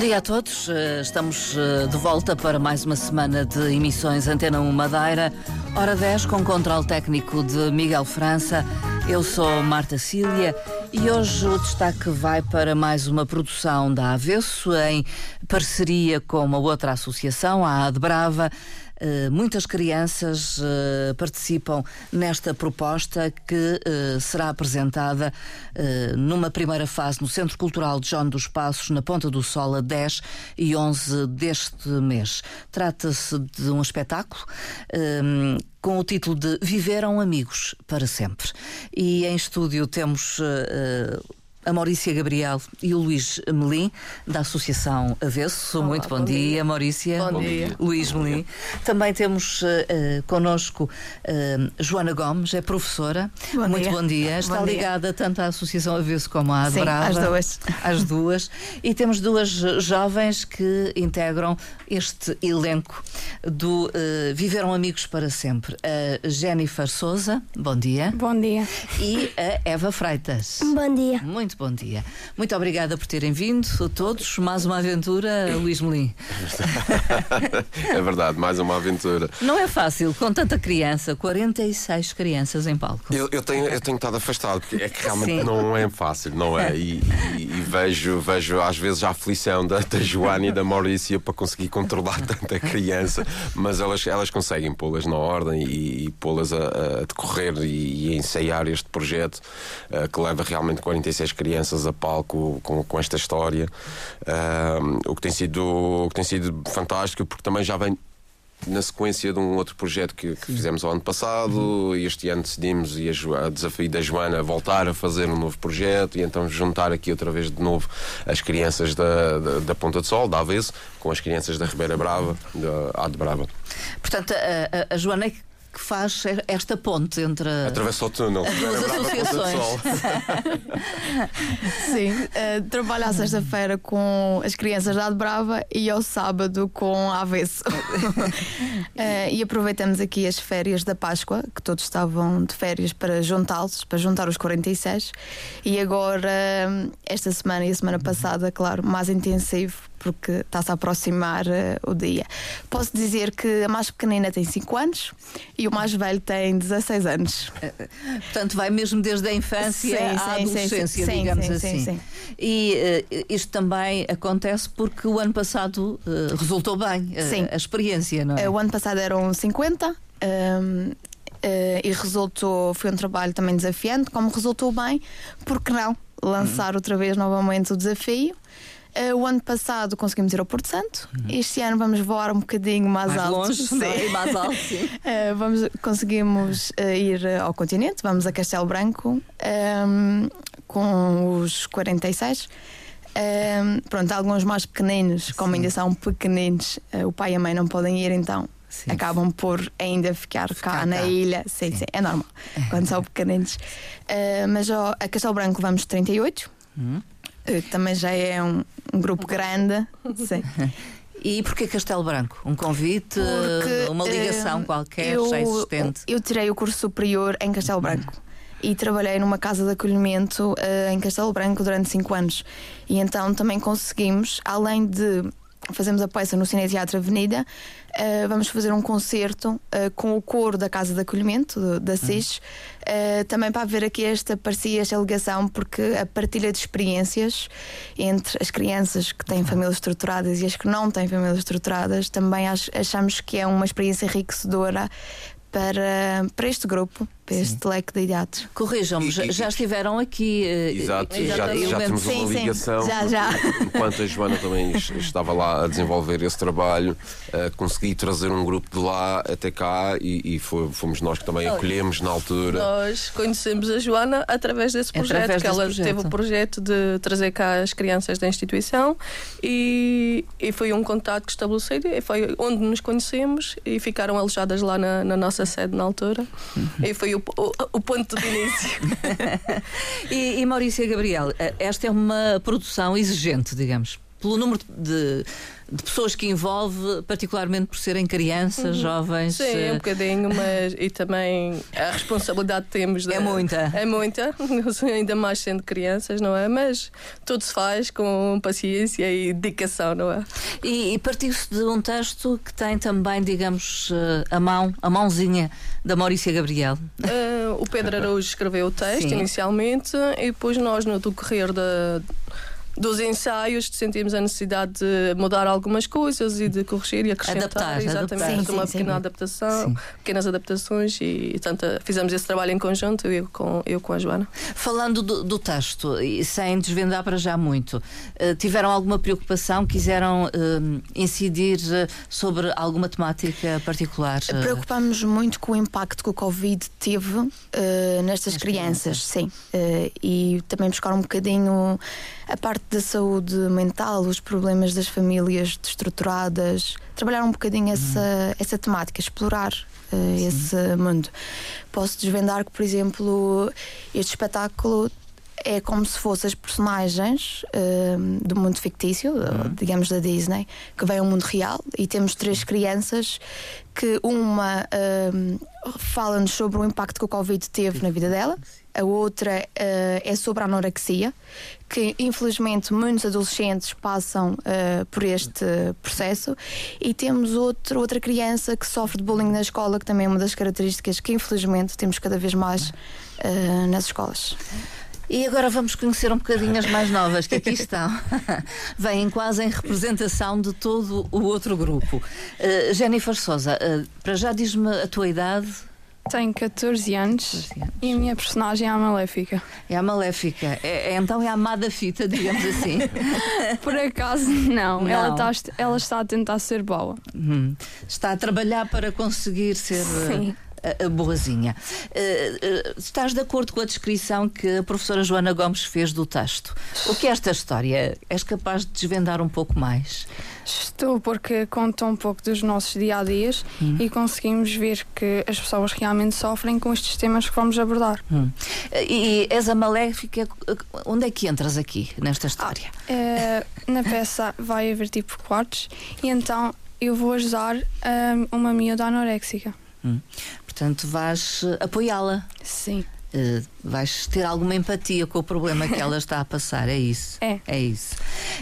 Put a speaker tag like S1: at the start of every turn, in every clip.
S1: dia a todos. Eh, Estamos eh, de volta para mais uma semana de emissões Antena 1 Madeira. Hora 10 com controle técnico de Miguel França. Eu sou Marta Cília e hoje o destaque vai para mais uma produção da Avesso em parceria com uma outra associação, a Adbrava. Eh, Muitas crianças eh, participam nesta proposta que eh, será apresentada eh, numa primeira fase no Centro Cultural de João dos Passos, na Ponta do Sol, a 10 e 11 deste mês. Trata-se de um espetáculo. eh, com o título de Viveram Amigos para Sempre. E em estúdio temos eh, eh, a Maurícia Gabriel e o Luís Melim, da Associação Avesso.
S2: Olá,
S1: Muito bom,
S2: bom
S1: dia,
S2: dia.
S1: Maurícia.
S2: Bom Bom dia. dia.
S1: Luís Melim. Também temos eh, eh, connosco eh, Joana Gomes, é professora.
S3: Bom
S1: Muito
S3: dia.
S1: bom dia. Está
S3: Bom dia.
S1: ligada tanto à Associação Avesso como à
S3: Sim,
S1: Brava.
S3: às duas.
S1: Às duas. E temos duas eh, jovens que integram este elenco do eh, Viveram Amigos para Sempre. A Jennifer Souza, bom dia.
S4: Bom dia.
S1: E a Eva Freitas.
S4: Bom dia.
S1: Muito bom dia. Muito obrigada por terem vindo a todos. Mais uma aventura, Luís Melim.
S2: É verdade, mais uma aventura.
S1: Não é fácil, com tanta criança, 46 crianças em palco.
S2: Eu, eu tenho, eu tenho estado afastado, porque é que realmente
S1: Sim.
S2: não é fácil, não é? E, e- e vejo, vejo às vezes a aflição da, da Joana e da Maurícia para conseguir controlar tanta criança, mas elas, elas conseguem pô-las na ordem e, e pô-las a, a decorrer e, e a ensaiar este projeto eh, que leva realmente 46 crianças a palco com, com esta história, Ah, o, que tem sido, o que tem sido fantástico, porque também já vem na sequência de um outro projeto que, que fizemos ao ano passado, e este ano decidimos, e a, Jo- a desafio da Joana, voltar a fazer um novo projeto e então juntar aqui outra vez de novo as crianças da, da, da Ponta do Sol, da Avesso, com as crianças da Ribeira Brava, da Ade Brava.
S1: Portanto, a, a- a Joana é que faz er, esta ponte entre. a-
S2: Atravessou o túnel, Ribeira Brava, Ponta do Sol.
S3: Sim, eh, trabalho à sexta-feira com as crianças da Ade Brava e ao sábado com a Avesso. Eh, e aproveitamos aqui as férias da Páscoa, que todos estavam de férias para juntá-los, para juntar os 46. E agora, eh, esta semana e a semana passada, claro, mais intensivo, porque está-se a aproximar eh, o dia. Posso dizer que a mais pequenina tem 5 anos e o mais velho tem 16 anos.
S1: Portanto, vai mesmo desde a infância
S3: Sim,
S1: à
S3: sim, sim,
S1: adolescência,
S3: sim, sim,
S1: digamos
S3: sim,
S1: assim.
S3: sim.
S1: E eh, isto também acontece porque o ano passado eh, resultou bem eh,
S3: Sim.
S1: a experiência, não é?
S3: Eh, O ano passado eram 50 ehm, eh, e resultou, foi um trabalho também desafiante. Como resultou bem, por que não lançar
S1: Uhum.
S3: outra vez novamente o desafio? Eh, o ano passado conseguimos ir ao Porto Santo, este ano vamos voar um bocadinho mais,
S1: Uhum. mais
S3: alto.
S1: longe,
S3: Sim.
S1: não é? mais alto, sim.
S3: Eh, vamos, conseguimos eh, ir eh, ao continente, vamos a Castelo Branco ehm, com os 46. Ehm, pronto, alguns mais pequeninos, como ainda são pequeninos, eh, o pai e a mãe não podem ir, então
S1: Sim.
S3: acabam por ainda ficar, cá,
S1: cá.
S3: na ilha. Sim, sim, é normal, quando são pequeninos. Eh, mas ao- a Castelo Branco vamos 38. eh, que Também já é um, um grupo grande. Sim.
S1: E porquê Castelo Branco? Um convite,
S3: Porque,
S1: uma ligação
S3: eh,
S1: qualquer
S3: eu,
S1: é já existente?
S3: Eu tirei o curso superior em Castelo Branco e trabalhei numa casa de acolhimento eh, em Castelo Branco durante cinco anos. E então também conseguimos, além de fazermos a peça no Cine Teatro Avenida, eh, vamos fazer um concerto eh, com o coro da casa de acolhimento do- da CIS, eh, também para haver aqui esta parceria, esta ligação, porque a partilha de experiências entre as crianças que têm famílias estruturadas e as que não têm famílias estruturadas, também ach- achamos que é uma experiência enriquecedora para, para este grupo, para este leque de idades.
S1: Corrijam-me,
S2: E-
S1: já,
S2: e-
S1: já estiveram aqui. eh,
S2: Exato, e já,
S1: exatamente.
S2: já temos
S3: Sim,
S2: uma
S3: sim.
S2: ligação.
S3: Já, já.
S2: Enquanto a Joana também es- estava lá a desenvolver esse trabalho, eh, consegui trazer um grupo de lá até cá e, e fo- fomos nós que também acolhemos na altura.
S5: Nós conhecemos a Joana através desse
S1: Através
S5: projeto,
S1: desse
S5: que ela
S1: projeto.
S5: teve o projeto de trazer cá as crianças da instituição e, e foi um contato que estabelecido e foi onde nos conhecemos e ficaram alojadas lá na, na nossa sede na altura
S1: Uhum.
S5: e foi o, o, o ponto de início.
S1: E, e Maurícia Gabriel, eh, esta é uma produção exigente, digamos. pelo número de, de pessoas que envolve, particularmente por serem crianças, jovens.
S5: Sim,
S1: eh,
S5: um bocadinho, mas e também a responsabilidade que temos da-
S1: É muita.
S5: É muita, ainda mais sendo crianças, não é? Mas tudo se faz com paciência e dedicação, não é?
S1: E, e partiu-se de um texto que tem também, digamos, eh, a mão, a mãozinha da Maurícia Gabriel.
S5: Ah, o Pedro Araújo escreveu o texto
S1: Sim.
S5: inicialmente e depois nós, no decorrer da- dos ensaios, sentimos a necessidade de mudar algumas coisas e de corrigir e acrescentar.
S1: Adaptar,
S5: exatamente,
S1: adaptar.
S3: Sim,
S5: uma
S3: sim,
S5: pequena
S3: sim.
S5: adaptação,
S1: Sim.
S5: pequenas adaptações e, e tanta- fizemos esse trabalho em conjunto, eu com, eu com a Joana.
S1: Falando do, do texto, e sem desvendar para já muito, eh, tiveram alguma preocupação? Quiseram eh, incidir eh, sobre alguma temática particular? eh?
S3: Preocupamos muito com o impacto que o Covid teve eh, nestas crianças, sim. Eh, e também buscar um bocadinho a parte da saúde mental, os problemas das famílias destruturadas, trabalhar um bocadinho essa, essa temática, explorar eh, esse mundo. Posso desvendar que, por exemplo, este espetáculo é como se fossem as personagens hum, do mundo fictício, eh, digamos da Disney, que vem ao mundo real e temos três crianças que uma hum, fala-nos sobre o impacto que o Covid teve na vida dela, a outra eh, é sobre a anorexia, que infelizmente muitos adolescentes passam eh, por este processo, e temos outro, outra criança que sofre de bullying na escola, que também é uma das características que infelizmente temos cada vez mais eh, nas escolas.
S1: E agora vamos conhecer um bocadinho as mais novas que aqui estão. Vêm quase em representação de todo o outro grupo. Eh, Jennifer Souza, para já diz-me a tua idade.
S6: Tenho 14 anos e a minha personagem é a Maléfica.
S1: É a maléfica. É, é, então é a amada fita, digamos assim.
S6: Por acaso, não.
S1: Não.
S6: Ela, tá- ela está a tentar ser boa.
S1: Hum. Está a trabalhar para conseguir
S6: É
S1: ser eh,
S6: Sim.
S1: a, a boazinha. Eh, eh, estás de acordo com a descrição que a professora Joana Gomes fez do texto? O que é esta história? És capaz de desvendar um pouco mais?
S6: Estou porque conta um pouco dos nossos dia-a-dias e conseguimos ver que as pessoas realmente sofrem com estes temas que vamos abordar.
S1: Hum. E, e és a maléfica. Onde é que entras aqui nesta história?
S6: Eh, na peça vai haver tipo quartos e então eu vou ajudar hum, uma miúda anoréxica.
S1: Portanto, vais eh, apoiá-la.
S6: Sim.
S1: Eh, vais ter alguma empatia com o problema que ela está a passar, é isso?
S6: É.
S1: É isso.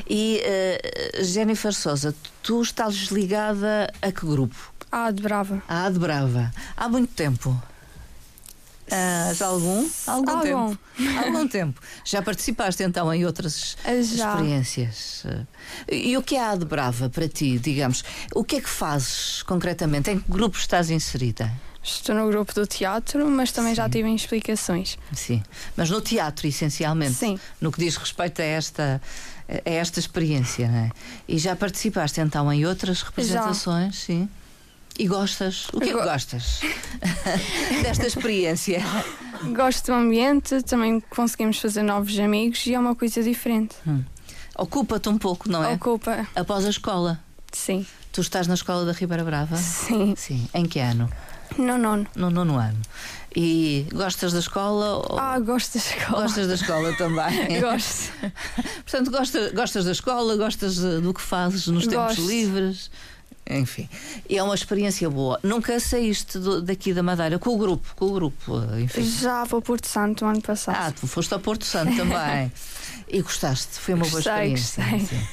S1: E eh, Jennifer Souza, tu estás ligada a que grupo?
S6: Ah, de brava.
S1: À de Brava. Há muito tempo. Ah, já algum? Há algum
S6: Algum.
S1: tempo. Há algum tempo. Já participaste então em outras
S6: Ah, Já.
S1: experiências. E o que é a de Brava para ti, digamos? O que é que fazes concretamente? Em que grupo estás inserida?
S6: Estou no grupo do teatro, mas também já tive em explicações.
S1: Sim. Mas no teatro, essencialmente.
S6: Sim.
S1: No que diz respeito a esta, a esta experiência, não é? E já participaste então em outras representações, sim? E gostas? O que é que
S6: Go-
S1: gostas desta experiência?
S6: Gosto do ambiente, também conseguimos fazer novos amigos e é uma coisa diferente.
S1: Ocupa-te um pouco, não é?
S6: Ocupa,
S1: Após a escola.
S6: sim,
S1: Tu estás na escola da Ribeira Brava?
S6: sim,
S1: Sim. Em que ano?
S6: no nono.
S1: No nono ano. E gostas da escola? ou-
S6: Ah, gosto da escola.
S1: Gostas da escola também.
S6: Gosto.
S1: Portanto, gosta, gostas da escola, gostas eh, do que fazes nos tempos
S6: Gosto.
S1: livres. Enfim, é uma experiência boa. Nunca saíste do- daqui da Madeira com o grupo, com o grupo, eh, enfim.
S6: Já vou Porto Santo o ano
S1: Ah,
S6: passado.
S1: tu foste ao Porto Santo também. E gostaste, foi uma boa
S6: Gostei,
S1: experiência.
S6: gostei.
S1: sim.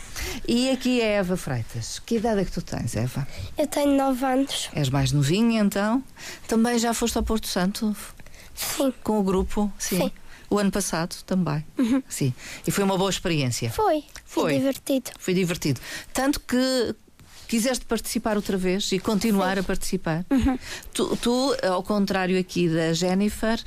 S1: E aqui é a Eva Freitas. Que idade é que tu tens, Eva?
S4: Eu tenho 9 anos.
S1: És mais novinha então? Também já foste ao Porto Santo?
S4: Sim,
S1: Com o grupo?
S4: Sim.
S1: O ano passado também?
S6: Uhum.
S1: Sim. E foi uma boa experiência?
S4: foi.
S1: Foi.
S4: divertido.
S1: Foi divertido. Tanto que quiseste participar outra vez e continuar a participar.
S4: Uhum.
S1: Tu, tu, ao contrário aqui da Jennifer,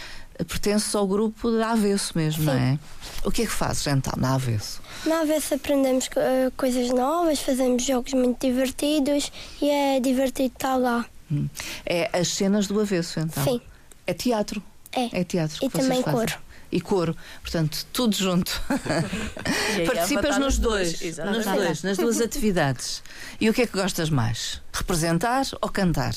S1: pertences ao grupo da Avesso mesmo, não é? O que é que fazes então na Avesso?
S4: Na vez aprendemos eh, coisas novas, fazemos jogos muito divertidos e é divertido estar lá.
S1: Hum. É as cenas do Avesso então?
S4: Sim,
S1: É teatro?
S4: é.
S1: É teatro. que
S4: E
S1: vocês
S4: também
S1: fazem.
S4: coro.
S1: E coro, portanto, tudo junto.
S5: tá
S1: Participas nos dois, nos dois, nas duas atividades. E o que é que gostas mais? Representar ou cantar?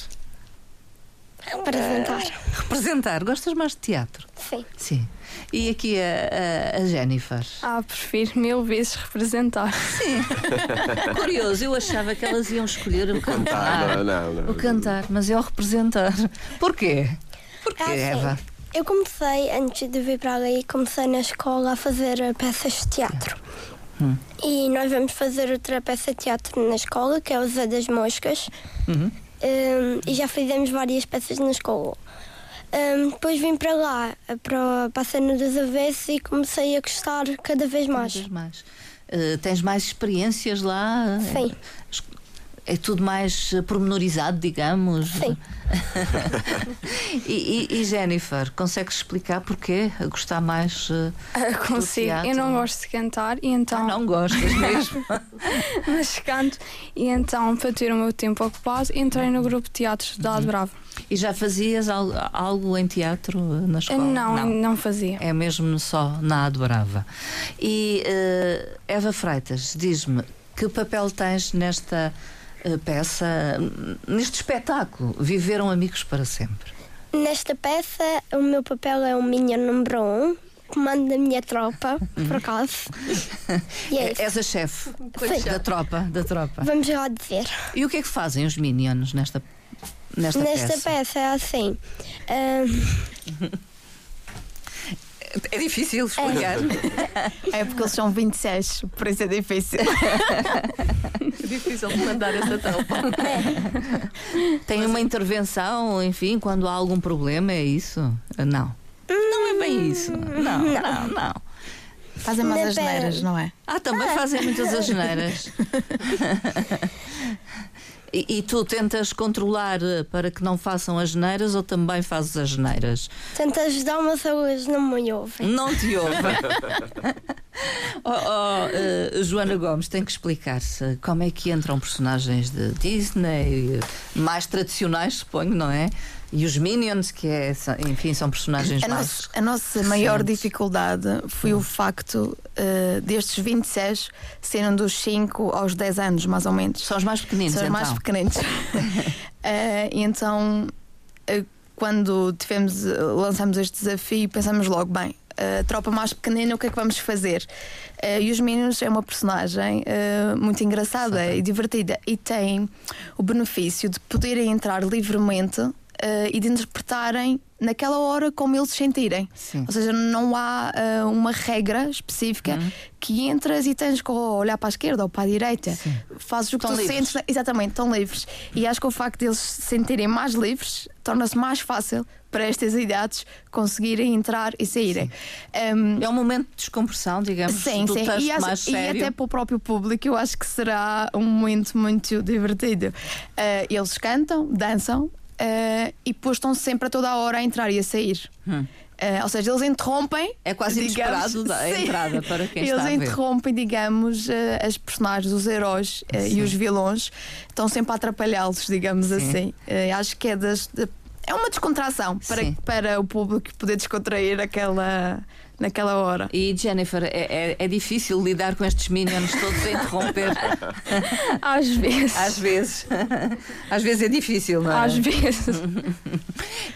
S4: Representar.
S1: É. Representar, gostas mais de teatro?
S4: Sim.
S1: Sim. E aqui a, a- a Jennifer.
S6: Ah, prefiro mil vezes representar.
S1: Ah, Curioso, eu achava que elas iam escolher o
S2: Cantar,
S1: cantar.
S2: não, não, não.
S1: O cantar, mas é o representar. Porquê? Porquê,
S4: Ah, sim.
S1: Eva?
S4: Eu comecei, antes de vir para ali, comecei na escola a fazer eh, peças de teatro. E nós vamos fazer outra peça de teatro na escola, que é o Zé das Moscas. Hum, e já fizemos várias peças na escola. Hum, depois vim para lá, eh, para, para a cena dos avessos, e comecei a gostar cada vez mais.
S1: Tens mais. Eh, tens mais experiências lá?
S4: Sim.
S1: É, é tudo mais eh, pormenorizado, digamos?
S4: Sim.
S1: e, e- e Jennifer, consegues explicar porquê? A gostar mais? eh,
S6: Ah, Consigo. Eu não
S1: teatro.
S6: gosto de cantar e então.
S1: é? ah, não gostas mesmo?
S6: Mas canto. E então, para ter o meu tempo ocupado, entrei no grupo de teatro da
S1: Uhum.
S6: Ado Bravo.
S1: e já fazias al- algo em teatro eh, na escola?
S6: não, não, fazia.
S1: É mesmo só na Adorava. E eh, Eva Freitas, diz-me que papel tens nesta eh, peça, hum, neste espetáculo? Viveram amigos para sempre.
S4: Nesta peça, o meu papel é o minha número um, comando da minha tropa, por acaso. e é isso.
S1: Eh, És a chefe
S4: Sim.
S1: da tropa, da tropa.
S4: Vamos lá dizer.
S1: E o que é que fazem os minions nesta nesta,
S4: Nesta
S1: peça?
S4: peça é assim. hum,
S1: É difícil explicar.
S3: É porque eles são 26, por isso é difícil.
S5: É difícil de mandar essa tropa.
S1: Tem uma intervenção, enfim, quando há algum problema, é isso? Não. Não é bem isso. Não, não, não.
S3: Fazem mais
S4: Depende.
S3: as neiras, não é?
S1: Ah, também fazem muitas asneiras. E, e tu tentas controlar eh, para que não façam asneiras ou também fazes asneiras?
S4: tento ajudar, mas elas não me ouvem.
S1: Não te ouve. oh, oh, eh, Joana Gomes tem que explicar-se como é que entram personagens de Disney, eh, mais tradicionais, suponho, não é? E os Minions, que é, são- enfim, são personagens
S3: A,
S1: mais.
S3: nossa- a nossa maior
S1: recentes.
S3: dificuldade foi o facto eh, destes 26 serem dos 5 aos 10 anos, mais ou menos.
S1: São os mais pequeninos,
S3: São os
S1: então.
S3: mais pequeninos. Eh, e então, eh, quando tivemos, eh, lançamos este desafio, pensamos logo, bem, a tropa mais pequenina, o que é que vamos fazer? Eh, e os Minions é uma personagem eh, muito engraçada e divertida e tem o benefício de poderem entrar livremente eh, e de interpretarem naquela hora como eles sentirem.
S1: Sim.
S3: Ou seja, não há eh, uma regra específica
S1: Uhum.
S3: que entras e tens que olhar para a esquerda ou para a direita. Fazes o que
S1: Estão
S3: tu
S1: livres.
S3: sentes Está- Exatamente, estão livres. E acho que o facto deles se sentirem mais livres torna-se mais fácil para estas idades conseguirem entrar e saírem. Um,
S1: É um momento de descompressão, digamos,
S3: Sim,
S1: do
S3: sim.
S1: texto
S3: E, acho-
S1: mais
S3: e
S1: sério.
S3: até para o próprio público, eu acho que será um momento muito divertido. Eh, eles cantam, dançam eh, e depois estão sempre a toda a hora a entrar e a sair. Eh, ou seja, eles interrompem.
S1: Hum. É quase
S3: digamos,
S1: inesperado da- a
S3: sim.
S1: entrada para quem
S3: Eles
S1: está a ver.
S3: interrompem, digamos, eh, as personagens, os heróis eh, e os vilões estão sempre a atrapalhá-los, digamos assim. Eh, acho que é das. de- é uma descontração para,
S1: Sim.
S3: para o público poder descontrair aquela, naquela hora.
S1: E Jennifer, é, é- é difícil lidar com estes minions todos a interromper.
S6: Às vezes.
S1: É. Às vezes. Às vezes é difícil, não é?
S6: Às vezes.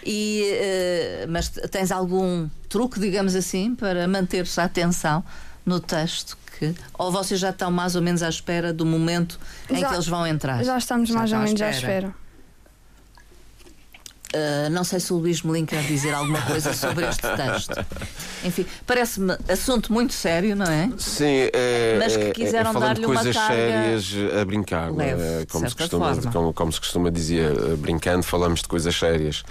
S1: E, eh, mas tens algum truque, digamos assim, para manter-se a atenção no texto? Que, ou vocês já estão mais ou menos à espera do momento em
S6: Já-
S1: que eles vão entrar?
S6: Já estamos
S1: Já
S6: mais
S1: está
S6: ou
S1: à
S6: menos à
S1: espera.
S6: espera.
S1: Uh, não sei se o Luís Melim quer dizer alguma coisa sobre este texto. Enfim, parece-me assunto muito sério, não é?
S2: Sim, é,
S1: Mas que
S2: é- é-
S1: quiseram
S2: é falando
S1: dar-lhe
S2: de
S1: uma
S2: coisas
S1: carga
S2: sérias a brincar, não é?
S1: leve, de
S2: como, se
S1: certa
S2: costuma,
S1: forma.
S2: como, como se costuma dizer, eh, brincando, falamos de coisas sérias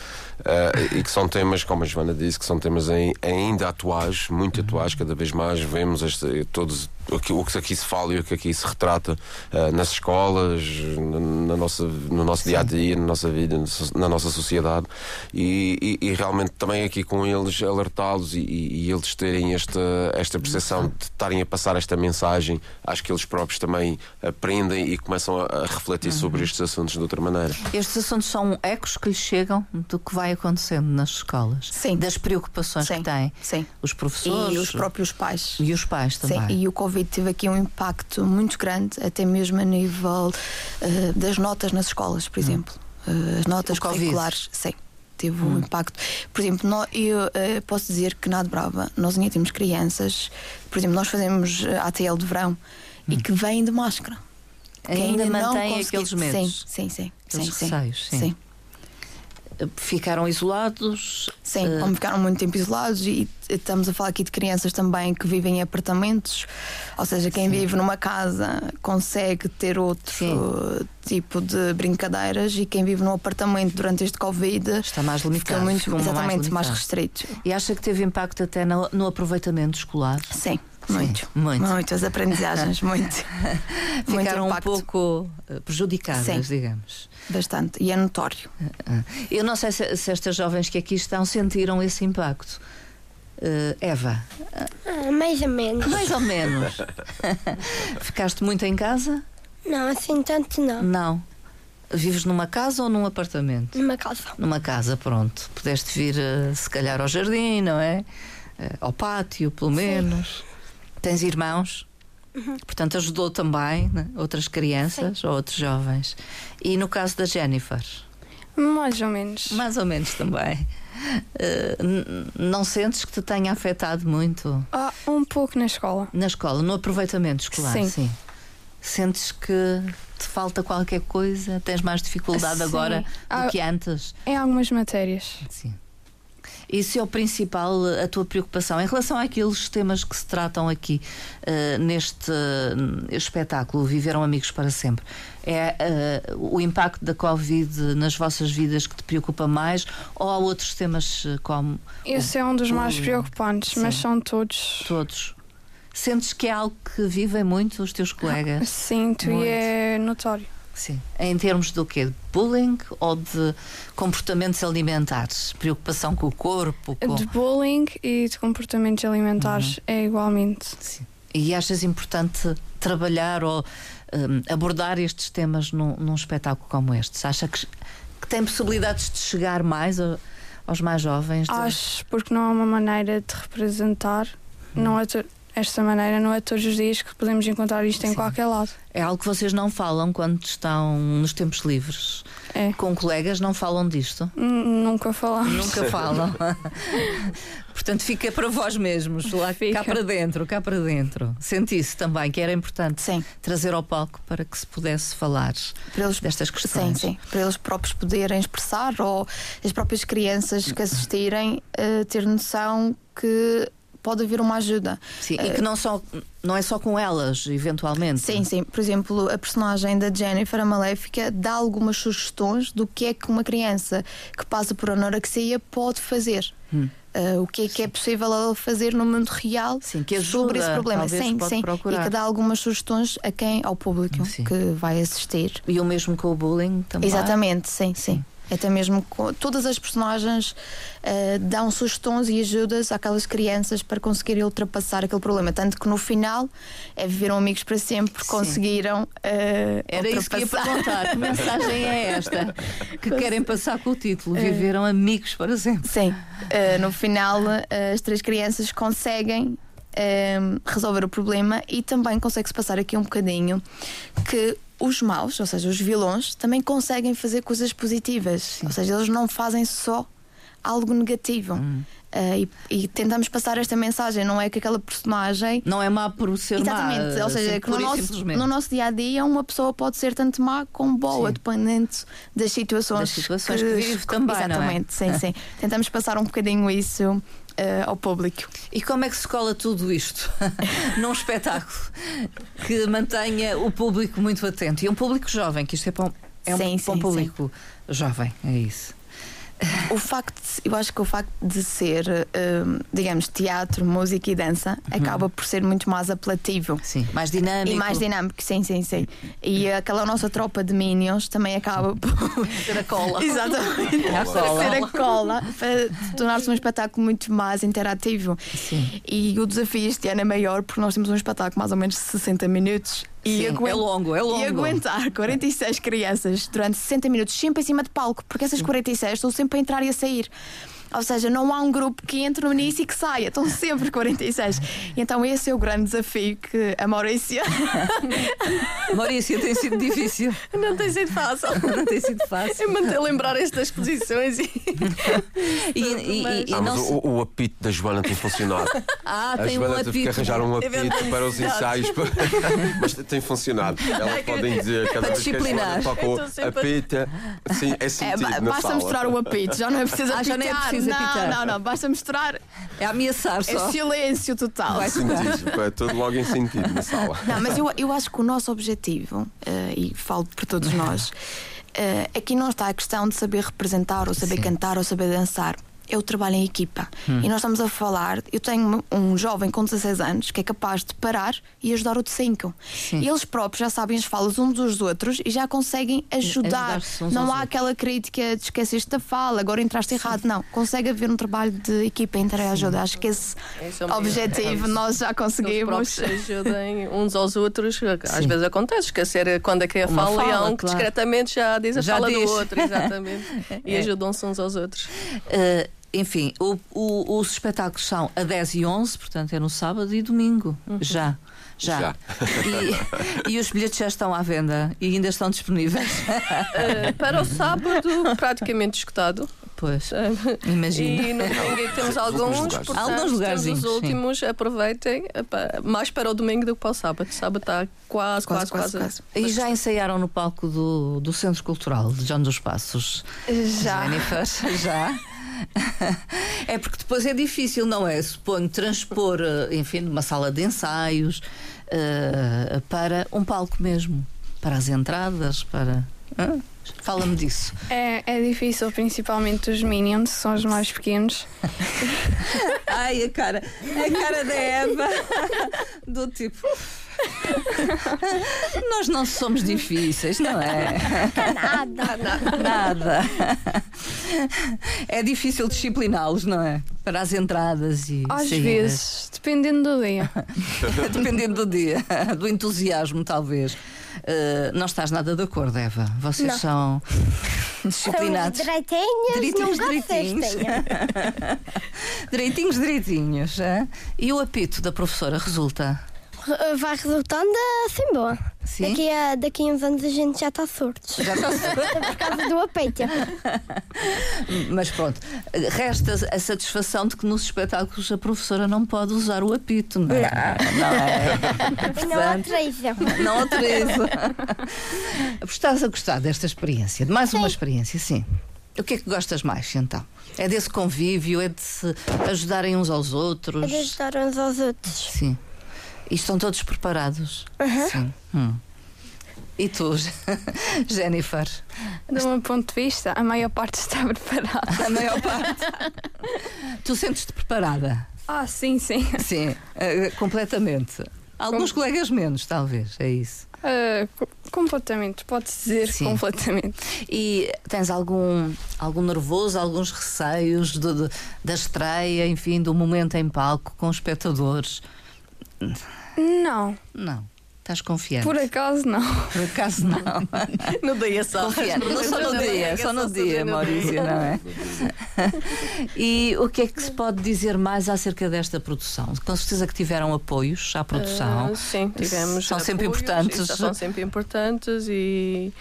S2: Ah, e que são temas, como a Joana disse, que são temas ai- ainda atuais, muito atuais, cada vez mais vemos este, todos o que, o que aqui se fala e o que aqui se retrata ah, nas escolas, na, na nossa, no nosso dia a dia, na nossa vida, na so- na nossa sociedade e, e- e realmente também aqui com eles alertá-los e, e- e eles terem esta, esta percepção de estarem a passar esta mensagem, acho que eles próprios também aprendem e começam a, a refletir
S1: Uhum.
S2: sobre estes assuntos de outra maneira.
S1: Estes assuntos são ecos que lhes chegam do que vai acontecendo nas escolas.
S3: Sim.
S1: Das preocupações
S3: Sim,
S1: que têm
S3: sim.
S1: os professores
S3: E os próprios pais.
S1: e os pais também.
S3: Sim, e o Covid teve aqui um impacto muito grande, até mesmo a nível eh, das notas nas escolas, por exemplo. Eh, as notas
S1: Hum. O Covid. Hum.
S3: curriculares, sim. teve um impacto. Por exemplo, nó- eu eh, posso dizer que na Brava nós ainda temos crianças, por exemplo, nós fazemos eh, ATL de verão e que vêm de máscara. que
S1: Hum. Ainda
S3: não
S1: mantém
S3: conseguiram-
S1: aqueles medos,
S3: Sim, sim, sim.
S1: aqueles
S3: sim, sim.
S1: receios. Sim. Eh,
S3: Sim,
S1: Ficaram isolados.
S3: sim.
S1: Eh,
S3: como ficaram muito tempo isolados e t- estamos a falar aqui de crianças também que vivem em apartamentos, ou seja, quem vive numa casa consegue ter outro
S1: Sim.
S3: eh, tipo de brincadeiras e quem vive num apartamento durante este Covid
S1: Está mais
S3: fica
S1: limitado.
S3: muito
S1: ficam
S3: exatamente mais,
S1: limitado.
S3: restrito.
S1: E acha que teve impacto até no, no aproveitamento escolar?
S3: Sim, muito.
S1: Sim, muito.
S3: Muitas aprendizagens, muito. Muito
S1: Ficaram um
S3: impacto.
S1: pouco eh, prejudicadas,
S3: Sim.
S1: digamos.
S3: Bastante. E é notório.
S1: Eu não sei se, se estas jovens que aqui estão sentiram esse impacto. Eh, Eva,
S4: Ah, mais ou menos.
S1: mais ou menos. Ficaste muito em casa?
S4: Não, assim tanto não.
S1: Não. Vives numa casa ou num apartamento?
S4: Numa calça.
S1: Numa casa, pronto. Pudeste vir, eh, se calhar, ao jardim, não é? Eh, Ao pátio, pelo menos. Tens irmãos? Portanto, ajudou também né, outras crianças ou outros jovens. E no caso da Jennifer,
S6: Mais ou menos.
S1: mais ou menos também. Eh, n- não sentes que te tenha afetado muito
S6: Ah, um pouco na escola.
S1: na escola, no aproveitamento escolar?
S6: Sim.
S1: Sentes que te falta qualquer coisa? Tens mais dificuldade
S6: Sim.
S1: agora
S6: Ah,
S1: do que antes?
S6: Em algumas matérias.
S1: Sim. Isso é o principal, a tua preocupação. Em relação àqueles temas que se tratam aqui eh, neste eh, espetáculo, Viveram Amigos para Sempre, é eh, o impacto da Covid nas vossas vidas que te preocupa mais ou há outros temas eh, como
S6: Esse é um dos mais preocupantes, mas
S1: Sim.
S6: são todos.
S1: todos? Sentes que é algo que vivem muito os teus colegas?
S6: Sinto
S1: Muito.
S6: e é notório.
S1: Sim. Em termos do quê? De bullying ou de comportamentos alimentares? Preocupação com o corpo? Com...
S6: De bullying e de comportamentos alimentares
S1: Uhum.
S6: é igualmente.
S1: Sim. E achas importante trabalhar ou hum, abordar estes temas num, num espetáculo como este? Acha que, que tem possibilidades de chegar mais a- aos mais jovens? De-
S6: Acho porque não há uma maneira de representar,
S1: Uhum.
S6: não é to- esta maneira não é todos os dias que podemos encontrar isto em
S1: Sim.
S6: qualquer lado.
S1: É algo que vocês não falam quando estão nos tempos livres.
S6: É.
S1: Com colegas não falam disto?
S6: N- Nunca falamos.
S1: Nunca falam. Portanto, fica para vós mesmos, lá cá
S6: Fica.
S1: para dentro, cá para dentro. Senti-se também que era importante
S3: Sim.
S1: trazer ao palco para que se pudesse falar
S3: Para eles
S1: destas
S3: Sim,
S1: questões.
S3: sim. Para eles próprios poderem expressar ou as próprias crianças que assistirem eh, ter noção que pode haver uma ajuda.
S1: Sim, e
S3: Eh,
S1: que não, só, não é só com elas, eventualmente.
S3: Sim, sim. Por exemplo, a personagem da Jennifer, a Maléfica, dá algumas sugestões do que é que uma criança que passa por anorexia pode fazer. Ah, o que é que é possível ela fazer no mundo real
S1: Sim, que ajuda,
S3: sobre esse problema?
S1: talvez,
S3: Sim,
S1: pode
S3: sim.
S1: procurar.
S3: E que dá algumas sugestões a quem? Ao público
S1: Sim.
S3: que vai assistir.
S1: E o mesmo com o bullying também.
S3: Exatamente, sim, sim. Até mesmo com, todas as personagens eh, dão sugestões e ajudas àquelas crianças para conseguirem ultrapassar aquele problema. Tanto que no final é viveram amigos para sempre,
S1: Sim.
S3: conseguiram eh,
S1: Era isso que ia
S3: ultrapassar.
S1: perguntar. Que mensagem é esta que querem passar com o título?
S3: É.
S1: Viveram amigos para sempre.
S3: Sim, eh, no final eh, as três crianças conseguem eh, resolver o problema e também consegue-se passar aqui um bocadinho que os maus, ou seja, os vilões, também conseguem fazer coisas positivas. Ou seja, eles não fazem só algo negativo.
S1: Hum.
S3: Eh, e, e tentamos passar esta mensagem, não é que aquela personagem.
S1: Não é má por ser má.
S3: Exatamente, ou seja,
S1: assim,
S3: que no
S1: pura e
S3: nosso,
S1: simplesmente.
S3: no nosso dia a dia uma pessoa pode ser tanto má como boa,
S1: Sim.
S3: dependente das situações,
S1: Das situações que vive também, não é?
S3: Exatamente, sim, sim. Tentamos passar um bocadinho isso eh, ao público.
S1: E como é que se cola tudo isto num espetáculo que mantenha o público muito atento? E um público jovem, que isto é para um, é um-
S3: Sim,
S1: para um
S3: sim,
S1: público jovem, é isso.
S3: O facto, de- eu acho que o facto de ser, eh, digamos, teatro, música e dança
S1: Uhum.
S3: acaba por ser muito mais apelativo.
S1: Sim, mais dinâmico.
S3: E mais dinâmico, sim, sim, sim. E aquela nossa tropa de minions também acaba por.
S1: Ter a cola.
S3: Exatamente.
S1: A cola.
S3: Ser a cola para tornar-se um espetáculo muito mais interativo.
S1: Sim.
S3: E o desafio este ano é maior porque nós temos um espetáculo de mais ou menos 60 minutos
S1: Sim,
S3: e,
S1: é longo, é longo.
S3: e aguentar 46 crianças durante 60 minutos sempre em cima de palco, porque essas 46 estão sempre a entrar e a sair. Ou seja, não há um grupo que entre no início e que saia, estão sempre 46. Então esse é o grande desafio que a Maurícia
S1: Maurício, tem sido difícil.
S5: Não tem sido fácil.
S1: Não tem sido fácil.
S5: É manter lembrar estas posições e.
S1: E, e- e- e
S2: Ah,
S1: não
S2: mas
S1: se-
S2: o, o apito da Joana tem funcionado.
S1: Ah,
S2: a
S1: tem um
S2: Joana teve
S1: apito.
S2: que arranjar um
S5: Teve
S2: apito para os ensaios, mas tem funcionado. Elas podem dizer cada vez que a
S1: disciplinar. Então,
S2: Joana toca o
S5: Eu estou sempre-
S2: apita, sim, é
S3: É,
S2: sentido.
S3: ba-
S2: na
S3: basta
S2: sala.
S3: mostrar
S1: um
S3: o apito, já não é preciso
S1: Ah,
S3: apitar.
S1: já não é preciso
S3: não,
S1: apitar.
S3: não, não, basta mostrar.
S2: um-
S1: É ameaçar
S3: É
S1: só.
S3: silêncio total.
S1: Vai
S2: Sentido, é tudo logo em sentido na sala.
S3: Não, mas eu, eu acho que o nosso objetivo, eh, e falo por todos nós, eh, aqui não está a questão de saber representar, ou saber
S1: Sim. Hum.
S3: cantar, ou saber dançar. É o trabalho em equipa. E nós estamos a falar. Eu tenho um jovem com 16 anos que é capaz de parar e ajudar o de 5.
S1: Sim.
S3: E eles próprios já sabem as falas uns dos outros e já conseguem ajudar.
S1: ajudar-se uns aos
S3: não há
S1: outros.
S3: aquela crítica de esqueceste da fala, agora entraste errado. Não. Consegue haver um trabalho de equipa entre ajuda. Acho que esse
S5: Esse é o maior.
S3: objetivo nós já
S5: Que os próprios
S3: conseguimos.
S5: se ajudem uns aos outros. Às
S1: Sim.
S5: vezes acontece esquecer quando é que a
S1: Uma
S5: fala, e há
S1: fala,
S5: um que
S1: claro.
S5: discretamente já diz a
S1: Já
S5: fala
S1: diz.
S5: do outro, exatamente. E
S1: É.
S5: ajudam-se uns aos outros.
S1: Eh, enfim, o- o- os espetáculos são a 10 e 11, portanto é no sábado e domingo. Já. Já.
S2: Já.
S1: E, e os bilhetes já estão à venda e ainda estão disponíveis.
S5: Eh, para o sábado, praticamente escutado.
S1: Pois,
S5: Eh,
S1: imagino.
S5: E no domingo temos
S2: Alguns
S5: alguns,
S2: lugares.
S5: portanto,
S1: Alguns lugarzinhos,
S5: temos os
S1: sim.
S5: últimos, aproveitem, epá, mais para o domingo do que para o sábado. O sábado está quase, quase, quase.
S1: E já ensaiaram no palco do, do Centro Cultural de João dos Passos.
S3: Já.
S1: Jennifer, já. É porque depois é difícil, não é? Suponho transpor, eh, enfim, de uma sala de ensaios eh, para um palco mesmo, para as entradas, para. Hã? Fala-me disso.
S6: É, é difícil, principalmente os Minions, são os mais pequenos.
S1: Ai, a cara, a cara da Eva, do tipo. Nós não somos difíceis, não é? Nada. Nada. É difícil discipliná-los, não é? Para as entradas e
S6: Às
S1: saídas. É
S6: vezes, dependendo do dia.
S1: Dependendo do dia, do entusiasmo, talvez. Uh, não estás nada de acordo, Eva. Vocês
S4: Não.
S1: são disciplinados.
S4: São direitinhos,
S1: Direitinhos,
S4: não
S1: direitinhos.
S4: assistem.
S1: direitinhos, direitinhos. hã? E o apito da professora resulta?
S4: Re- Ah, Vai resultando assim boa.
S1: Sim.
S4: Daqui a, daqui a uns anos a gente já está surdos.
S1: Já está
S4: Por causa do apeito.
S1: Mas pronto, resta a satisfação de que nos espetáculos a professora não pode usar o apito, não é? Não,
S4: E não há traição.
S1: é? Não autorizo. Estás a gostar desta experiência? De mais uma experiência, sim. O que é que gostas mais, então? É desse convívio? É de se ajudarem uns aos
S4: É
S1: outros?
S4: de ajudar uns aos outros.
S1: Sim. E estão todos preparados? Sim. Hum. E tu, Jennifer?
S6: Do meu ponto de vista, a maior parte está preparada.
S1: A maior parte. tu sentes-te preparada?
S6: Ah, sim, sim.
S1: Sim, eh, completamente. Alguns colegas menos, talvez, é isso.
S6: Ah, co- completamente, pode-se dizer
S1: Sim.
S6: completamente.
S1: E tens algum, algum nervoso, alguns receios do- do- da estreia, enfim, do momento em palco com os espectadores?
S6: Não,
S1: Não. Estás confiante?
S6: por acaso não.
S1: Por acaso não.
S5: No dia só.
S1: Confiante. Não, só no dia, só no dia, Maurício, não é? E o que é que se pode dizer mais acerca desta produção? Com certeza que tiveram apoios à produção.
S5: Ah, sim, tivemos.
S1: São sempre
S5: apoios,
S1: importantes.
S5: isso, São sempre importantes e.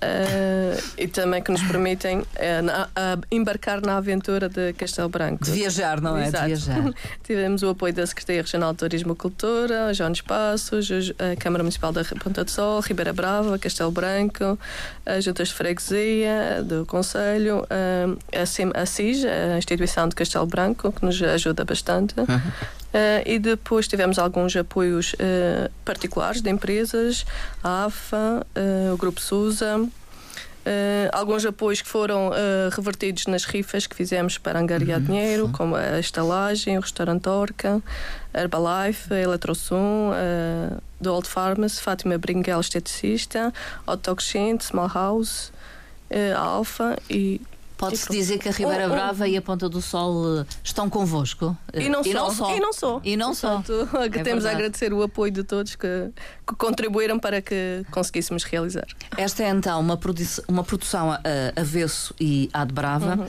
S5: ah, e também que nos permitem ah, na- ah, embarcar na aventura de Castelo Branco.
S1: de viajar, não é?
S5: Ah, Exato.
S1: De viajar.
S5: Tivemos o apoio da Secretaria Regional de Turismo e Cultura, João dos Passos, os- a Câmara Municipal da Ponta do Sol, Ribeira Brava, Castelo Branco, as Juntas de Freguesia, do Conselho, eh, a, CIM, a CIS, a Instituição de Castelo Branco, que nos ajuda bastante. Eh, e depois tivemos alguns apoios eh, particulares de empresas, a AFA, eh, o Grupo SUSA. Eh, alguns apoios que foram eh, revertidos nas rifas que fizemos para angariar dinheiro, como a estalagem, o restaurante Orca, Herbalife, a Eletrosum, eh, The Old Pharmacy, Fátima Bringuel, esteticista, Otoxin, Small House, eh, Alfa e,
S1: Pode-se
S5: Tipo,
S1: dizer que a Ribeira
S5: um- um-
S1: Brava e a Ponta do Sol eh, estão convosco? Eh,
S5: e não só.
S1: só.
S5: E não só.
S1: E não só.
S5: Portanto, que
S1: É
S5: temos
S1: verdade.
S5: a agradecer o apoio de todos que, que contribuíram para que conseguíssemos realizar.
S1: Esta é então uma, produ- uma produção a, a avesso e ad brava.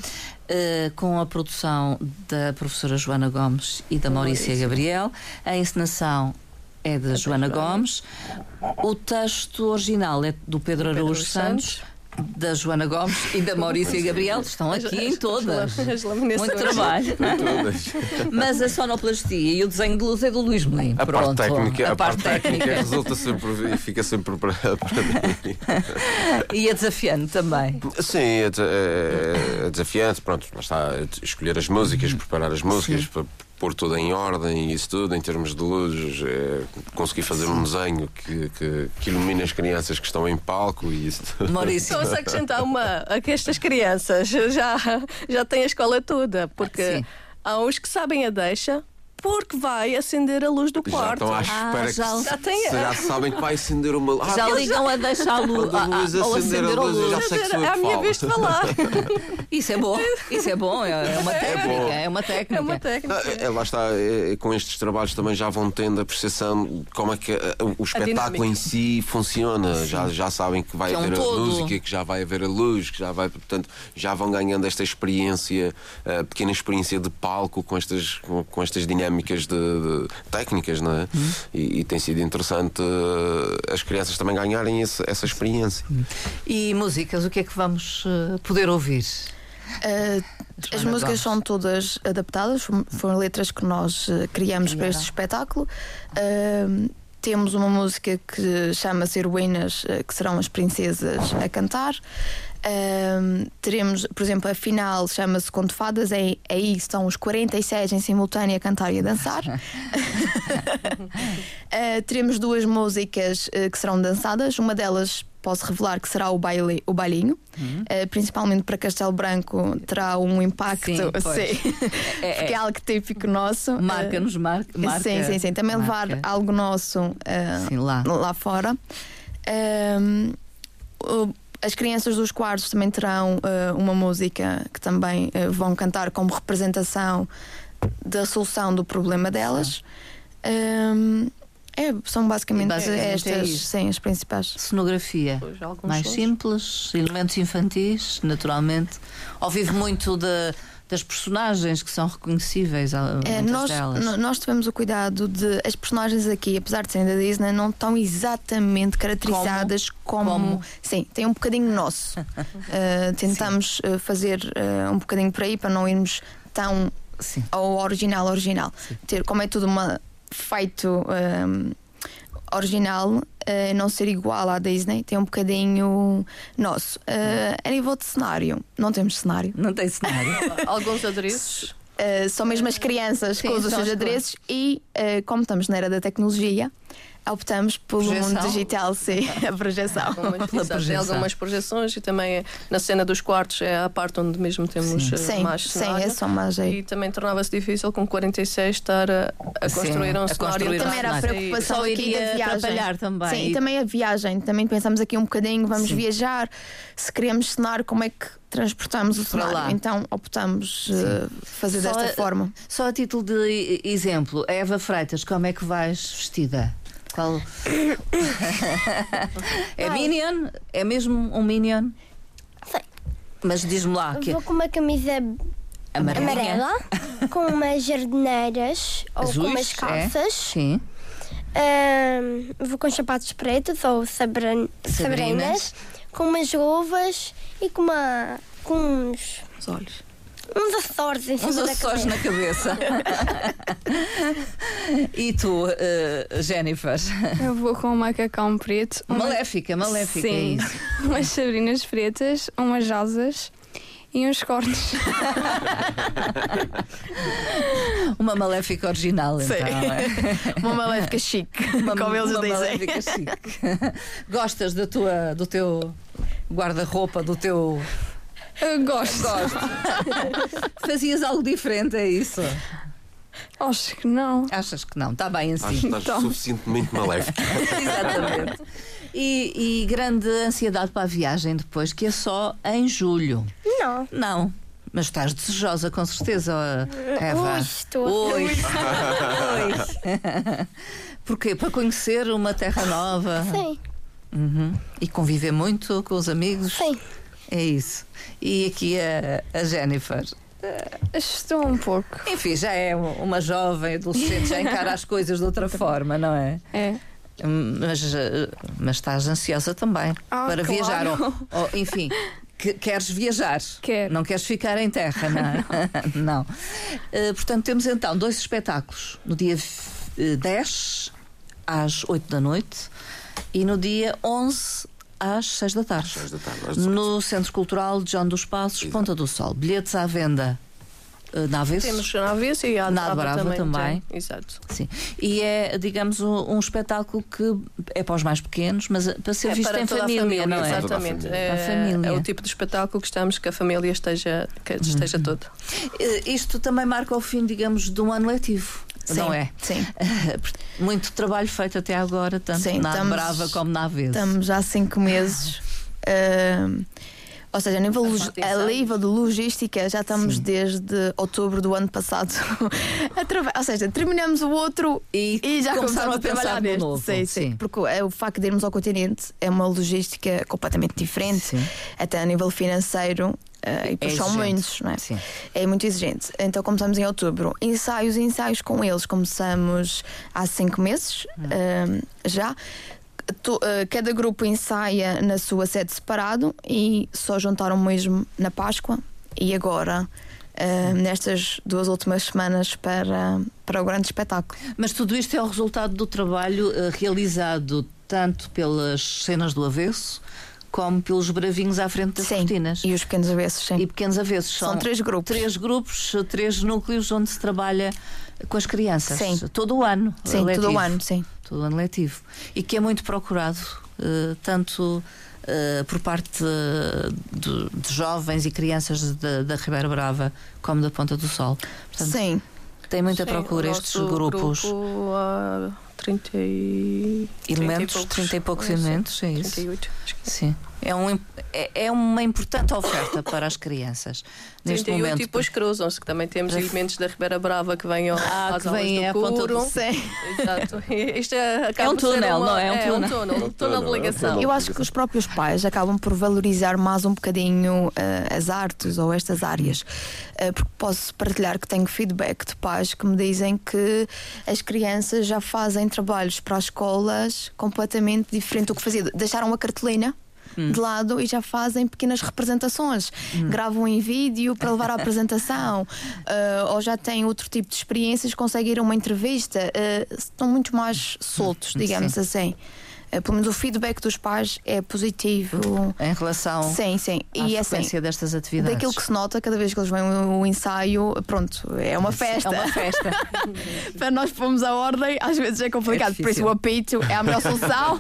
S1: eh, com a produção da professora Joana Gomes e da Maurícia Gabriel. A encenação é da Joana Gomes. O texto original é do Pedro
S5: Pedro
S1: Araújo Santos, da Joana Gomes e da Maurícia Gabriel. Estão
S5: As-
S1: aqui
S5: as-
S1: em
S5: as
S1: todas.
S5: lam- as laminações.
S1: Muito trabalho.
S2: Todas.
S1: Mas a sonoplastia e o desenho de luz é do Luís Melim.
S2: A
S1: Pronto.
S2: parte técnica,
S1: a parte técnica.
S2: resulta sempre, fica sempre para, para mim.
S1: E é desafiante também.
S2: Sim, é, de- é- é desafiante, pronto, mas está a escolher as músicas, preparar as músicas, para pôr tudo em ordem e isso tudo, em termos de luzes, é, conseguir fazer um desenho que, que, que ilumine as crianças que estão em palco e isso tudo.
S1: Maurício.
S3: Então,
S5: Só se acrescentar uma a que estas crianças já, já têm a escola toda, porque
S1: Sim.
S5: há uns que sabem a deixa porque vai acender a luz do
S2: Já
S5: quarto.
S2: estão à espera que
S1: Ah, já-
S5: Ah, Já
S2: se-
S5: tem-
S2: já sabem que vai acender uma luz. Ah,
S1: Já ligam a deixar a luz,
S2: Quando a luz
S1: a- a- ao
S2: acender a
S1: acender a
S2: luz,
S1: luz.
S2: já sei que
S5: Quer
S2: sou eu
S5: dizer, é a
S2: que
S5: minha
S2: falo.
S5: vez de falar.
S1: Isso é bom, isso é bom, é é uma técnica,
S2: bom.
S1: é uma técnica.
S5: É uma
S2: Não,
S5: técnica.
S2: é- é, lá está, é, é, com estes trabalhos também já vão tendo a percepção de como é que é, o- o espetáculo
S5: dinâmica.
S2: em si funciona. Já, já sabem que vai
S1: Que é um
S2: haver a
S1: todo.
S2: música, que já vai haver a luz, que já vai, portanto, já vão ganhando esta experiência, eh, pequena experiência de palco com estas, com, com estas dinâmicas de, de técnicas, não é?
S1: Hum.
S2: E, e tem sido interessante eh, as crianças também ganharem esse- essa experiência.
S1: E músicas, o que é que vamos eh, poder ouvir?
S3: Eh, as
S1: Joana Gomes.
S3: músicas são todas adaptadas, fom- foram letras que nós eh, criamos para este espetáculo. Eh, temos uma música que chama-se Heroínas, eh, que serão as princesas a cantar. Eh, teremos, por exemplo, a final chama-se Conto Fadas, aí, aí estão os 46 em simultâneo a cantar e a dançar. Eh, teremos duas músicas eh, que serão dançadas, uma delas posso revelar que será o, baile, o bailinho,
S1: Uhum.
S3: Eh, principalmente para Castelo Branco terá um impacto,
S1: Sim, pois.
S3: sim,
S1: É-
S3: porque é
S1: é-
S3: algo típico nosso. Eh,
S1: Marca-nos, mar- marca.
S3: Sim, sim, sim. Também levar
S1: marca.
S3: algo nosso eh,
S1: Sim, lá.
S3: lá fora. Ahm, o- as crianças dos quartos também terão eh, uma música que também eh, vão cantar como representação da solução do problema delas. Ahm, é, são basicamente,
S1: Basicamente é
S3: estas
S1: isso.
S3: sim, as principais.
S1: Cenografia.
S5: Pois, alguns
S1: Mais
S5: sons.
S1: simples, elementos infantis, naturalmente. Ao vivo muito de- das personagens que são reconhecíveis, há
S3: Eh,
S1: muitas
S3: nós,
S1: delas.
S3: no- nós tivemos o cuidado de as personagens aqui, apesar de serem da Disney, não estão exatamente caracterizadas como.
S1: Como?
S3: Sim, tem um bocadinho nosso. Eh, tentamos eh, fazer eh, um bocadinho por aí para não irmos tão
S1: Sim.
S3: ao original original. Ter como é tudo uma feito ehm, original, eh, não ser igual à Disney, tem um bocadinho nosso. Eh, a nível de cenário, não temos cenário.
S1: Não tem cenário.
S5: Alguns adereços.
S3: Uh, são mesmo as crianças
S1: Eh, Sim,
S3: com os
S1: são
S3: seus
S1: as
S3: adereços e, uh, como estamos na era da tecnologia, optamos pelo
S1: Projeção.
S3: mundo digital, sim, a projeção.
S5: Algumas,
S1: Pela
S5: exato, tem
S1: projeção.
S5: algumas projeções e também eh, na cena dos quartos é a parte onde mesmo temos eh,
S3: Sim,
S5: mais
S3: sim,
S5: cenário.
S3: é só mais aí.
S5: E também tornava-se difícil com 46 estar a, a
S1: Sim,
S5: construir um
S1: a
S5: cenário.
S1: construir um
S3: Também era a
S1: cenário.
S3: preocupação
S1: Só
S3: aqui
S1: iria
S3: da viagem.
S1: atrapalhar também.
S3: Sim,
S1: E-
S3: e também a viagem. Também pensamos aqui um bocadinho, vamos
S1: Sim.
S3: viajar, se queremos cenário, como é que transportamos o
S1: Para
S3: cenário?
S1: lá.
S3: Então optamos uh, fazer
S1: Só
S3: desta
S1: a-
S3: forma.
S1: Só a título de e- exemplo, Eva Freitas, como é que vais vestida? Qual? é Minion? É mesmo um Minion?
S4: Sei.
S1: Mas diz-me lá que é
S4: Vou com uma camisa
S1: amarelinha.
S4: amarela, com umas jardineiras ou
S1: Azuis,
S4: com umas
S1: é?
S4: calças.
S1: Sim.
S4: Ahm, vou com sapatos pretos ou sabran-
S1: Sabrinas.
S4: sabrinas, com umas luvas e com, uma, com uns,
S3: Os olhos.
S4: uns acessórios em cima
S1: Uns
S4: da
S1: acessórios
S4: cabeça.
S1: na cabeça. e tu, eh, Jennifer?
S6: Eu vou com um macacão preto, uma-
S1: Maléfica, maléfica é
S6: Sim.
S1: isso.
S6: umas sabrinas pretas, umas asas e uns cornos.
S1: Uma maléfica original,
S3: Sim.
S1: então. não é?
S3: Uma maléfica chique, como eles
S1: uma
S3: dizem.
S1: maléfica chique. Gostas da tua, do teu guarda-roupa, do teu.
S6: Eu gosto.
S1: Gosto. Fazias algo diferente, é isso?
S6: Acho que não.
S1: Achas que não? Está bem
S2: Acho que
S1: assim.
S2: estás suficientemente maléfico.
S1: Exatamente. E, e grande ansiedade para a viagem depois, que é só em julho.
S4: Não.
S1: Não. Mas estás desejosa, com certeza, Eva.
S4: Ui, estou.
S1: Ui. Ui. Porquê? Para conhecer uma terra nova
S4: Sim,
S1: Uhum. e conviver muito com os amigos.
S4: sim.
S1: É isso. E aqui a, a Jennifer.
S6: Estou um pouco.
S1: Enfim, já é uma jovem adolescente, já encara as coisas de outra forma, não é?
S6: É.
S1: Mas, eh, mas estás ansiosa também
S6: Ah,
S1: para
S6: claro.
S1: viajar. Ou, ou, enfim, que- queres viajar.
S6: Quero.
S1: Não queres ficar em terra, não é? não. Eh, portanto, temos então dois espetáculos. No dia eh, 10 às 8 da noite e no dia 11 às 6 da tarde.
S2: Às seis da tarde, às 18.
S1: no Centro Cultural de João dos Passos,
S2: Exato.
S1: Ponta do Sol. Bilhetes à venda eh, na Avesso.
S5: Temos na Aviesa e a
S1: Na
S5: Brava
S1: Brava
S5: também.
S1: também.
S5: tem. Exato.
S1: Sim. E é, digamos, um, um espetáculo que é para os mais pequenos, mas eh, para ser
S5: É
S1: visto
S5: para
S1: em
S5: toda a
S1: família, não é?
S2: exato.
S5: Exatamente.
S2: Para a
S5: É,
S1: família. Uhum.
S5: é o tipo de espetáculo que estamos que a família esteja, que esteja toda.
S1: Eh, Isto também marca o fim, digamos, de um ano letivo. não é?
S3: Sim.
S1: Muito trabalho feito até agora, tanto
S3: Sim,
S1: na
S3: estamos-
S1: Brava como na Avesa.
S3: Estamos há cinco memeses. Ahm, ou seja, a nível,
S5: A
S3: log- a
S5: manutenção.
S3: nível de logística já estamos
S1: Sim.
S3: desde outubro do ano passado a trabalhar. Ou seja, terminamos o outro
S1: E,
S3: e já começaram a
S1: pensar no
S3: trabalhar neste.
S1: novo.
S3: Sim, sim. Porque é, o facto de irmos ao continente é uma logística completamente diferente,
S1: Sim.
S3: até a nível financeiro. eh, e
S1: É
S3: pois são
S1: exigente.
S3: muitos, não é?
S1: Sim.
S3: É muito exigente. Então começamos em outubro. Ensaios, ensaios com eles. Começamos há cinco meses ahm, já. To- ah, cada grupo ensaia na sua sede separado e só juntaram mesmo na Páscoa e agora. ahm, nestas duas últimas semanas para, para o grande espetáculo.
S1: Mas tudo isto é o resultado do trabalho eh, realizado tanto pelas cenas do avesso como pelos bravinhos à frente das
S3: Sim.
S1: cortinas.
S3: E os pequenos avessos, sim.
S1: E pequenos avessos.
S3: São três grupos.
S1: Três grupos, três núcleos onde se trabalha com as crianças.
S3: Sim.
S1: Todo o ano.
S3: sim,
S1: letivo.
S3: todo o ano, sim.
S1: Todo o ano letivo. E que é muito procurado, eh, tanto eh, por parte eh, de, de jovens e crianças da- da Ribeira Brava como da Ponta do Sol. Portanto,
S3: Sim,
S1: tem muita
S5: Sim,
S1: procura
S5: o
S1: estes
S5: nosso
S1: grupos.
S5: Grupo, há 30 e...
S1: Elementos, 30 e poucos elementos, é isso.
S5: 38, acho que
S1: Sim. É, um imp- é- é uma importante oferta para as crianças neste
S5: 38
S1: momento.
S5: e depois cruzam-se, que também temos
S1: Ref-
S5: elementos da Ribeira Brava que vêm ao,
S1: Ah,
S5: às
S1: que
S5: aulas
S1: vêm à
S5: do
S1: Ponta do
S5: Curo.
S1: Sul.
S5: Exato. Isto é, acaba
S1: um
S5: por ser
S1: túnel,
S5: uma-
S1: não é? É um
S5: É
S1: túnel.
S5: um túnel, um túnel de ligação.
S3: eu acho que os próprios pais acabam por valorizar mais um bocadinho eh, as artes ou estas áreas, Eh, porque posso partilhar que tenho feedback de pais que me dizem que as crianças já fazem trabalhos para as escolas completamente diferente do que faziam. Deixaram a cartolina. De lado e já fazem pequenas representações, gravam em vídeo para levar à apresentação, eh, ou já têm outro tipo de experiências, conseguem ir a uma entrevista, eh, estão muito mais soltos, digamos assim. Eh, Pelo menos o feedback dos pais é positivo.
S1: Em relação
S3: Sim, sim.
S1: à
S3: E é assim,
S1: frequência destas atividades.
S3: daquilo que se nota, cada vez que eles vêm o ensaio, pronto, é uma festa.
S1: É uma festa.
S3: Para nós pomos a ordem, às vezes é complicado.
S1: É
S3: Por isso
S1: difícil.
S3: o apito é a melhor solução.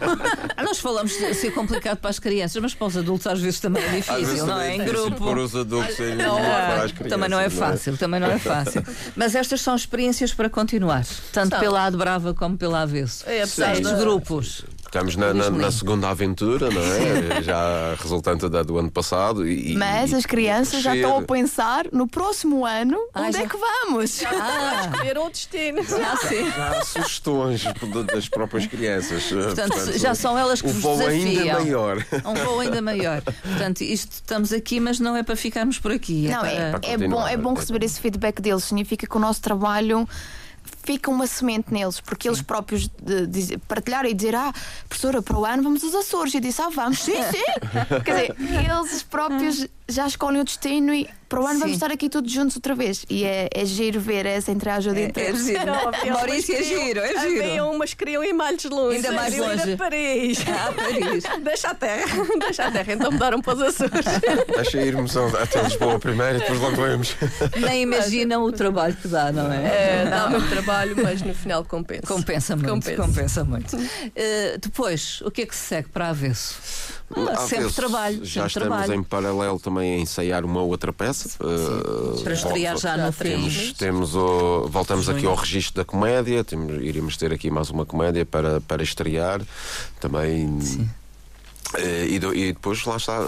S1: Ah, Nós falamos de ser complicado para as crianças, mas para os adultos às vezes também é
S2: Às vezes
S1: difícil, não
S2: também
S1: é? Em
S2: difícil Pôr
S1: grupo.
S2: os adultos é, em
S1: Não, é?
S2: para as crianças,
S1: também não é fácil, também não é fácil. Mas estas são experiências para continuar, tanto
S5: São.
S1: pela Ade Brava como pela Avesso.
S5: É, apesar
S1: Estes
S5: da-
S1: grupos.
S2: Estamos na, na- na segunda aventura, não é? Já resultante da do ano passado. E, e-
S3: Mas
S2: e-
S3: as crianças já
S2: crescer.
S3: estão a pensar no próximo ano
S1: Ah,
S3: onde
S1: já-
S3: é que vamos.
S1: Ah,
S5: Escolheram o um destino.
S1: ah, sim.
S2: Já há sugestões de- das próprias crianças.
S1: Portanto, já são elas que
S2: o
S1: vos
S2: voo ainda
S1: desafiam.
S2: maior.
S1: Um voo ainda maior. Portanto, isto estamos aqui, mas não é para ficarmos por aqui.
S3: Não, é,
S1: para-
S2: para
S3: é bom,
S2: continuar,
S3: é bom
S2: é
S3: receber
S2: bom.
S3: esse feedback deles. Significa que o nosso trabalho fica uma semente neles, porque eles próprios de- diz- partilharam e dizer: Ah, professora, para o ano vamos aos Açores. E eu disse: Ah, vamos, sim, sim. Quer dizer, eles próprios já escolhem o destino e para o ano
S1: Sim.
S3: vamos estar aqui todos juntos outra vez. E é, é giro ver essa entreajuda entre
S1: É, é
S3: eles.
S1: giro.
S5: Não, havia umas
S1: Maurício, é
S5: que queriam-
S1: giro, é
S5: um- Havia
S1: giro.
S5: umas que queriam ir mais longe.
S1: Ainda mais
S5: queriam ir
S1: longe.
S5: a Paris.
S1: Ah, Paris.
S5: Deixa a terra, deixa a terra. Então mudaram para os Açores.
S2: Deixa irmos ao- até Lisboa primeiro e depois logo vemos.
S1: Nem imaginam o trabalho que dá, não é?
S5: É, dá muito trabalho, mas no final compensa.
S1: Compensa muito, compensa,
S5: Compensa.
S1: muito. Eh, depois, o que é que se segue para avesso? Ah,
S2: Às
S1: sempre
S2: vezes,
S1: trabalho,
S2: Hum, Já
S1: sempre
S2: estamos
S1: trabalho.
S2: em paralelo também a ensaiar uma outra peça. eh,
S1: Para estrear já no fim.
S2: Temos, temos o- voltamos aqui ao registro da comédia, temos, iríamos ter aqui mais uma comédia para, para estrear. Também Eh, E, do- e depois lá está,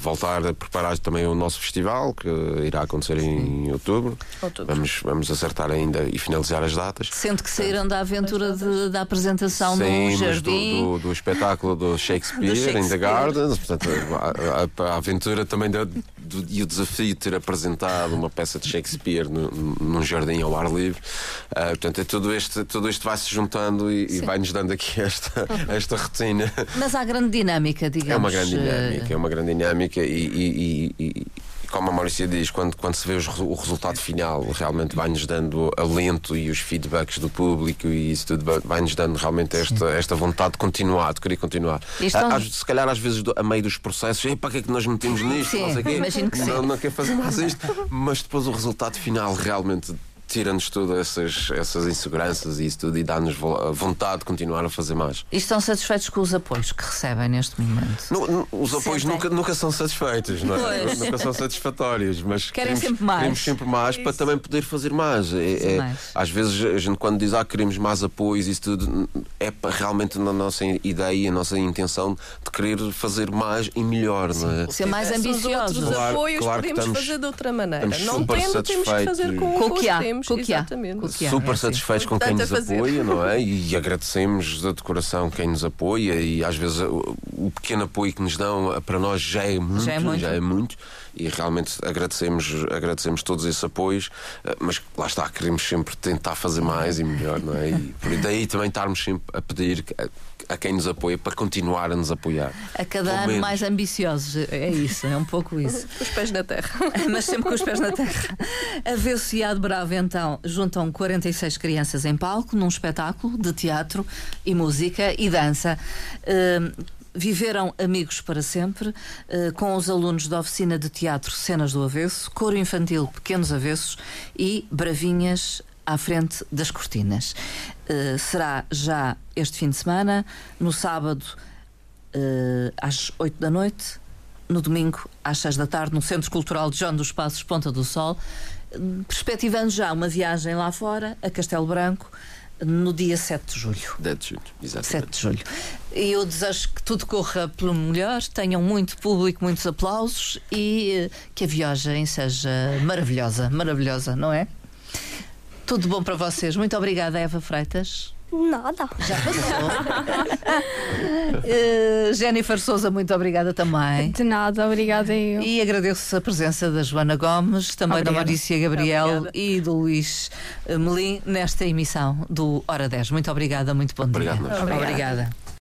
S2: voltar a preparar também o nosso festival, que irá acontecer em outubro.
S5: Outubro.
S2: Vamos, vamos acertar ainda e finalizar as datas.
S1: Sendo que saíram da aventura de- da apresentação
S2: Sim,
S1: no
S2: mas do,
S1: jardim.
S2: do, do espetáculo do Shakespeare,
S1: Do Shakespeare.
S2: in the Gardens, portanto, a, a- a aventura também da- do- e o desafio de ter apresentado uma peça de Shakespeare no- num jardim ao ar livre. Ah, portanto, é tudo, este, tudo isto vai se juntando e, e vai-nos dando aqui esta, esta rotina.
S1: Mas há grande dinâmica, digamos.
S2: É uma grande
S1: eh,
S2: dinâmica, é uma grande dinâmica e, e- e- e- e como a Maurícia diz, quando, quando se vê os resu- o resultado final, realmente vai-nos dando alento e os feedbacks do público e isso tudo vai- vai-nos dando realmente esta, esta vontade de continuar, de querer continuar.
S1: Isto
S2: A-
S1: não-
S2: às- se calhar às vezes do- a meio dos processos, e para que é que nós metemos nisto?
S1: Sim,
S2: não sei o quê,
S1: imagino que sim.
S2: Não, não quero fazer mais isto, mas depois o resultado final realmente. Tira-nos todas essas, essas inseguranças e isso tudo e dá-nos vo- vontade de continuar a fazer mais.
S1: E estão satisfeitos com os apoios que recebem neste momento.
S2: Nu- nu- os apoios
S1: Sentem.
S2: nunca, nunca são satisfeitos, não é? Nunca são satisfatórios, mas
S1: Querem
S2: queremos,
S1: sempre mais.
S2: queremos sempre mais para também poder fazer mais. É- é-
S1: mais.
S2: Às vezes a gente quando diz ah, queremos mais apoios, isso tudo é pa- realmente na nossa ideia, e a nossa intenção de querer fazer mais e melhor, não é?
S1: Ser mais
S5: Esses
S1: ambiciosos.
S5: outros
S2: Claro,
S5: apoios
S2: claro que
S5: podemos
S2: estamos-
S5: fazer de outra maneira.
S2: estamos
S5: Não
S2: super
S5: tendo, temos que fazer
S2: satisfeitos.
S5: com,
S1: Com o que
S5: os
S1: há,
S5: temos.
S1: com o que há.
S5: Exatamente.
S1: Com o que há. é
S2: Super
S1: assim.
S2: satisfeitos com quem
S5: Portanto,
S2: nos
S5: a fazer.
S2: apoia, não é? E agradecemos de coração quem nos apoia e às vezes o o pequeno apoio que nos dão eh, para nós já é muito,
S1: Já é muito.
S2: muito. e realmente agradecemos, agradecemos todos esses apoios, eh, mas lá está, queremos sempre tentar fazer mais e melhor, não é? E por daí também estarmos sempre a pedir a, a quem nos apoia para continuar a nos apoiar.
S1: A cada
S2: Pelo
S1: ano
S2: menos.
S1: mais ambiciosos. É isso, é um pouco isso.
S5: Os pés na terra.
S1: mas sempre com os pés na terra. A Vênus e a de Bravo, então, juntam 46 crianças em palco num espetáculo de teatro e música e dança. Hum, Viveram amigos para sempre, eh, com os alunos da oficina de teatro Cenas do Avesso, Coro Infantil Pequenos Avessos e Bravinhas à frente das cortinas. Eh, será já este fim de semana, no sábado eh, às 8 da noite, no domingo às 6 da tarde, no Centro Cultural de João dos Passos, Ponta do Sol, eh, perspectivando já uma viagem lá fora, a Castelo Branco, no dia 7 de julho.
S2: Dead shoot, exatamente.
S1: 7 de julho. E eu desejo que tudo corra pelo melhor, tenham muito público, muitos aplausos e eh, que a viagem seja maravilhosa, maravilhosa, não é? Tudo bom para vocês. Muito obrigada, Eva Freitas.
S4: Nada.
S1: Já passou. Eh, Jennifer Souza, muito obrigada também.
S6: De nada, obrigada eu.
S1: E agradeço a presença da Joana Gomes, também da
S3: Obrigada.
S1: Maurícia Gabriel
S5: Obrigada.
S1: e do Luís eh, Melim nesta emissão do Hora 10. Muito obrigada, muito bom
S2: Obrigado,
S1: dia.
S2: nós.
S1: obrigada.